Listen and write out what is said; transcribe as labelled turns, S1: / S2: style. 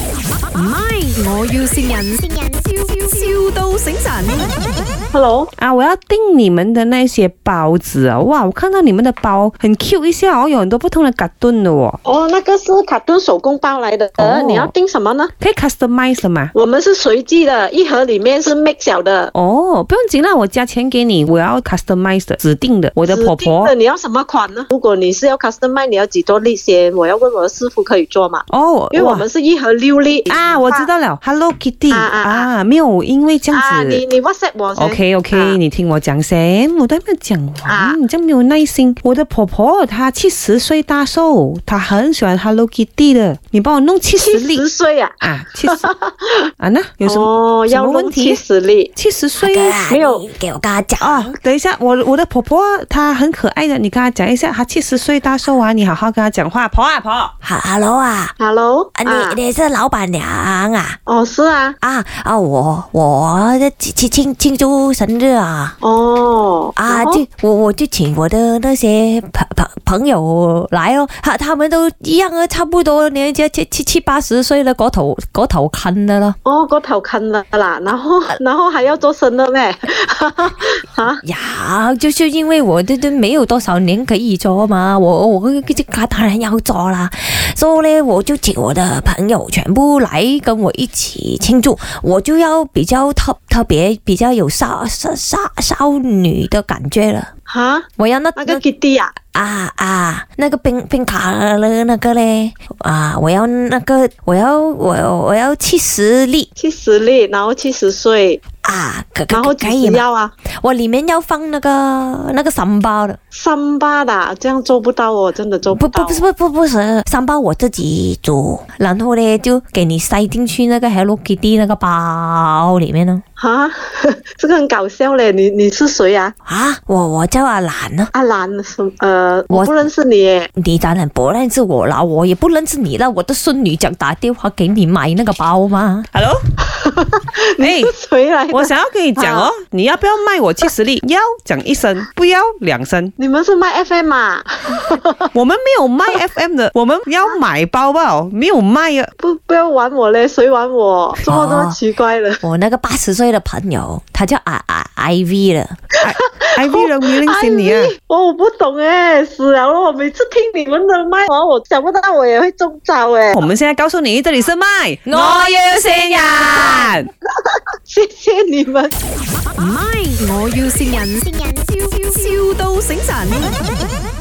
S1: 唔係，我要善人，笑笑到醒神。
S2: Hello，
S3: 啊，我要订你们的那些包子啊！哇，我看到你们的包很 Q 一下哦，有很多不同的嘎顿的哦，
S2: 哦，那个是卡顿手工包来的，
S3: 哦
S2: 你要订什么呢？
S3: 可以 customize 的嘛？
S2: 我们是随机的，一盒里面是 mix 小的。
S3: 哦，不用紧啦，我加钱给你，我要 customize 的，指定的，我的婆
S2: 指定
S3: 婆
S2: 的。你要什么款呢？如果你是要 custom 卖，你要几多粒先？我要问我的师傅可以做吗？
S3: 哦，
S2: 因为我
S3: 哇
S2: 们是一盒六粒
S3: 啊，我知道了，Hello Kitty
S2: 啊啊啊
S3: 啊，没有，因为这样
S2: 啊，你
S3: 子。
S2: 你 WhatsApp 我先
S3: OK OK，、
S2: 啊
S3: 你听我讲先，我都还没有讲完，
S2: 啊
S3: 你这样没有耐心。我的婆婆她七十岁大寿，她很喜欢 Hello Kitty 的，你帮我弄七十
S2: 七
S3: 粒
S2: 十岁啊，
S3: 啊，七十啊那有什么、
S2: 哦，
S3: 什
S2: 要
S3: 么问
S2: 弄
S3: 题
S2: 七？十粒。
S3: 七十岁
S4: 哥啊，
S2: 没有
S4: 你给我跟他讲
S3: 啊！等一下，我我的婆婆她很可爱的，你跟她讲一下，她七十岁大寿啊，你好好跟她讲话，婆啊婆。
S4: 哈，hello 啊，
S2: Hello，
S4: 啊你你是老板娘啊？
S2: 哦是啊，
S4: 啊啊，我我庆庆庆庆祝生日啊！
S2: 哦
S4: 啊，
S2: 然后
S4: 就我我就请我的那些朋朋朋友来哦，他他们都一样啊，差不多年纪七七七八十岁了，嗰头嗰头坑的咯。
S2: 哦个头坑了啦，然后
S4: 啊
S2: 然后还要做生的咩？ 啊
S4: 呀，就是因为我都都没有多少年可以做嘛，我我这个当然要做啦，所以呢，我就请我的朋友全部来跟我一起庆祝，我就要比较特特别，比较有少少少少女的感觉了。
S2: 哈，
S4: 我要那
S2: 那个 Kitty 啊，
S4: 啊啊，那个冰冰卡了那个嘞啊，我要那个，我要我要我要七十粒
S2: 七十粒，然后七十岁，
S4: 啊，可可
S2: 然后
S4: 可以
S2: 几时
S4: 吗？
S2: 要啊？
S4: 我里面要放那个那个三包的。
S2: 三八的，这样做不到哦，真的做
S4: 不
S2: 到
S4: 不
S2: 哦。
S4: 不是不不不是，三包我自己煮，然后呢就给你塞进去那个 Hello Kitty 那个包里面呢。
S2: 哈， 这个很搞笑嘞！你你是谁呀、
S4: 啊，我我叫阿兰呢、
S2: 阿兰什么呃，
S4: 我
S2: 我不认识你耶。
S4: 啊你当然不认识我啦，我也不认识你啦。我的孙女讲打电话给你买那个包吗？
S3: Hello，哎
S2: 你是谁来的？
S3: 我想要跟你讲哦，你要不要卖我七十粒？要讲一声，不要两 声。
S2: 你们是卖 FM 啊？
S3: 我们没有 卖 FM 的，我们要买包包，没有卖啊。
S2: 不不要玩我嘞，谁玩我？这么多
S4: 哦
S2: 奇怪了。
S4: 我那个八十岁的朋友，他叫啊啊 IV 了。
S3: I V 人迷令心你啊
S2: 哎！我我不懂哎，死了咯！我每次听你们的麦，我我想不到我也会中招哎
S3: 我。们现在告诉你，这里是卖，我要新人。
S2: 谢谢你们。
S1: 唔係，我要善人，笑笑到醒神。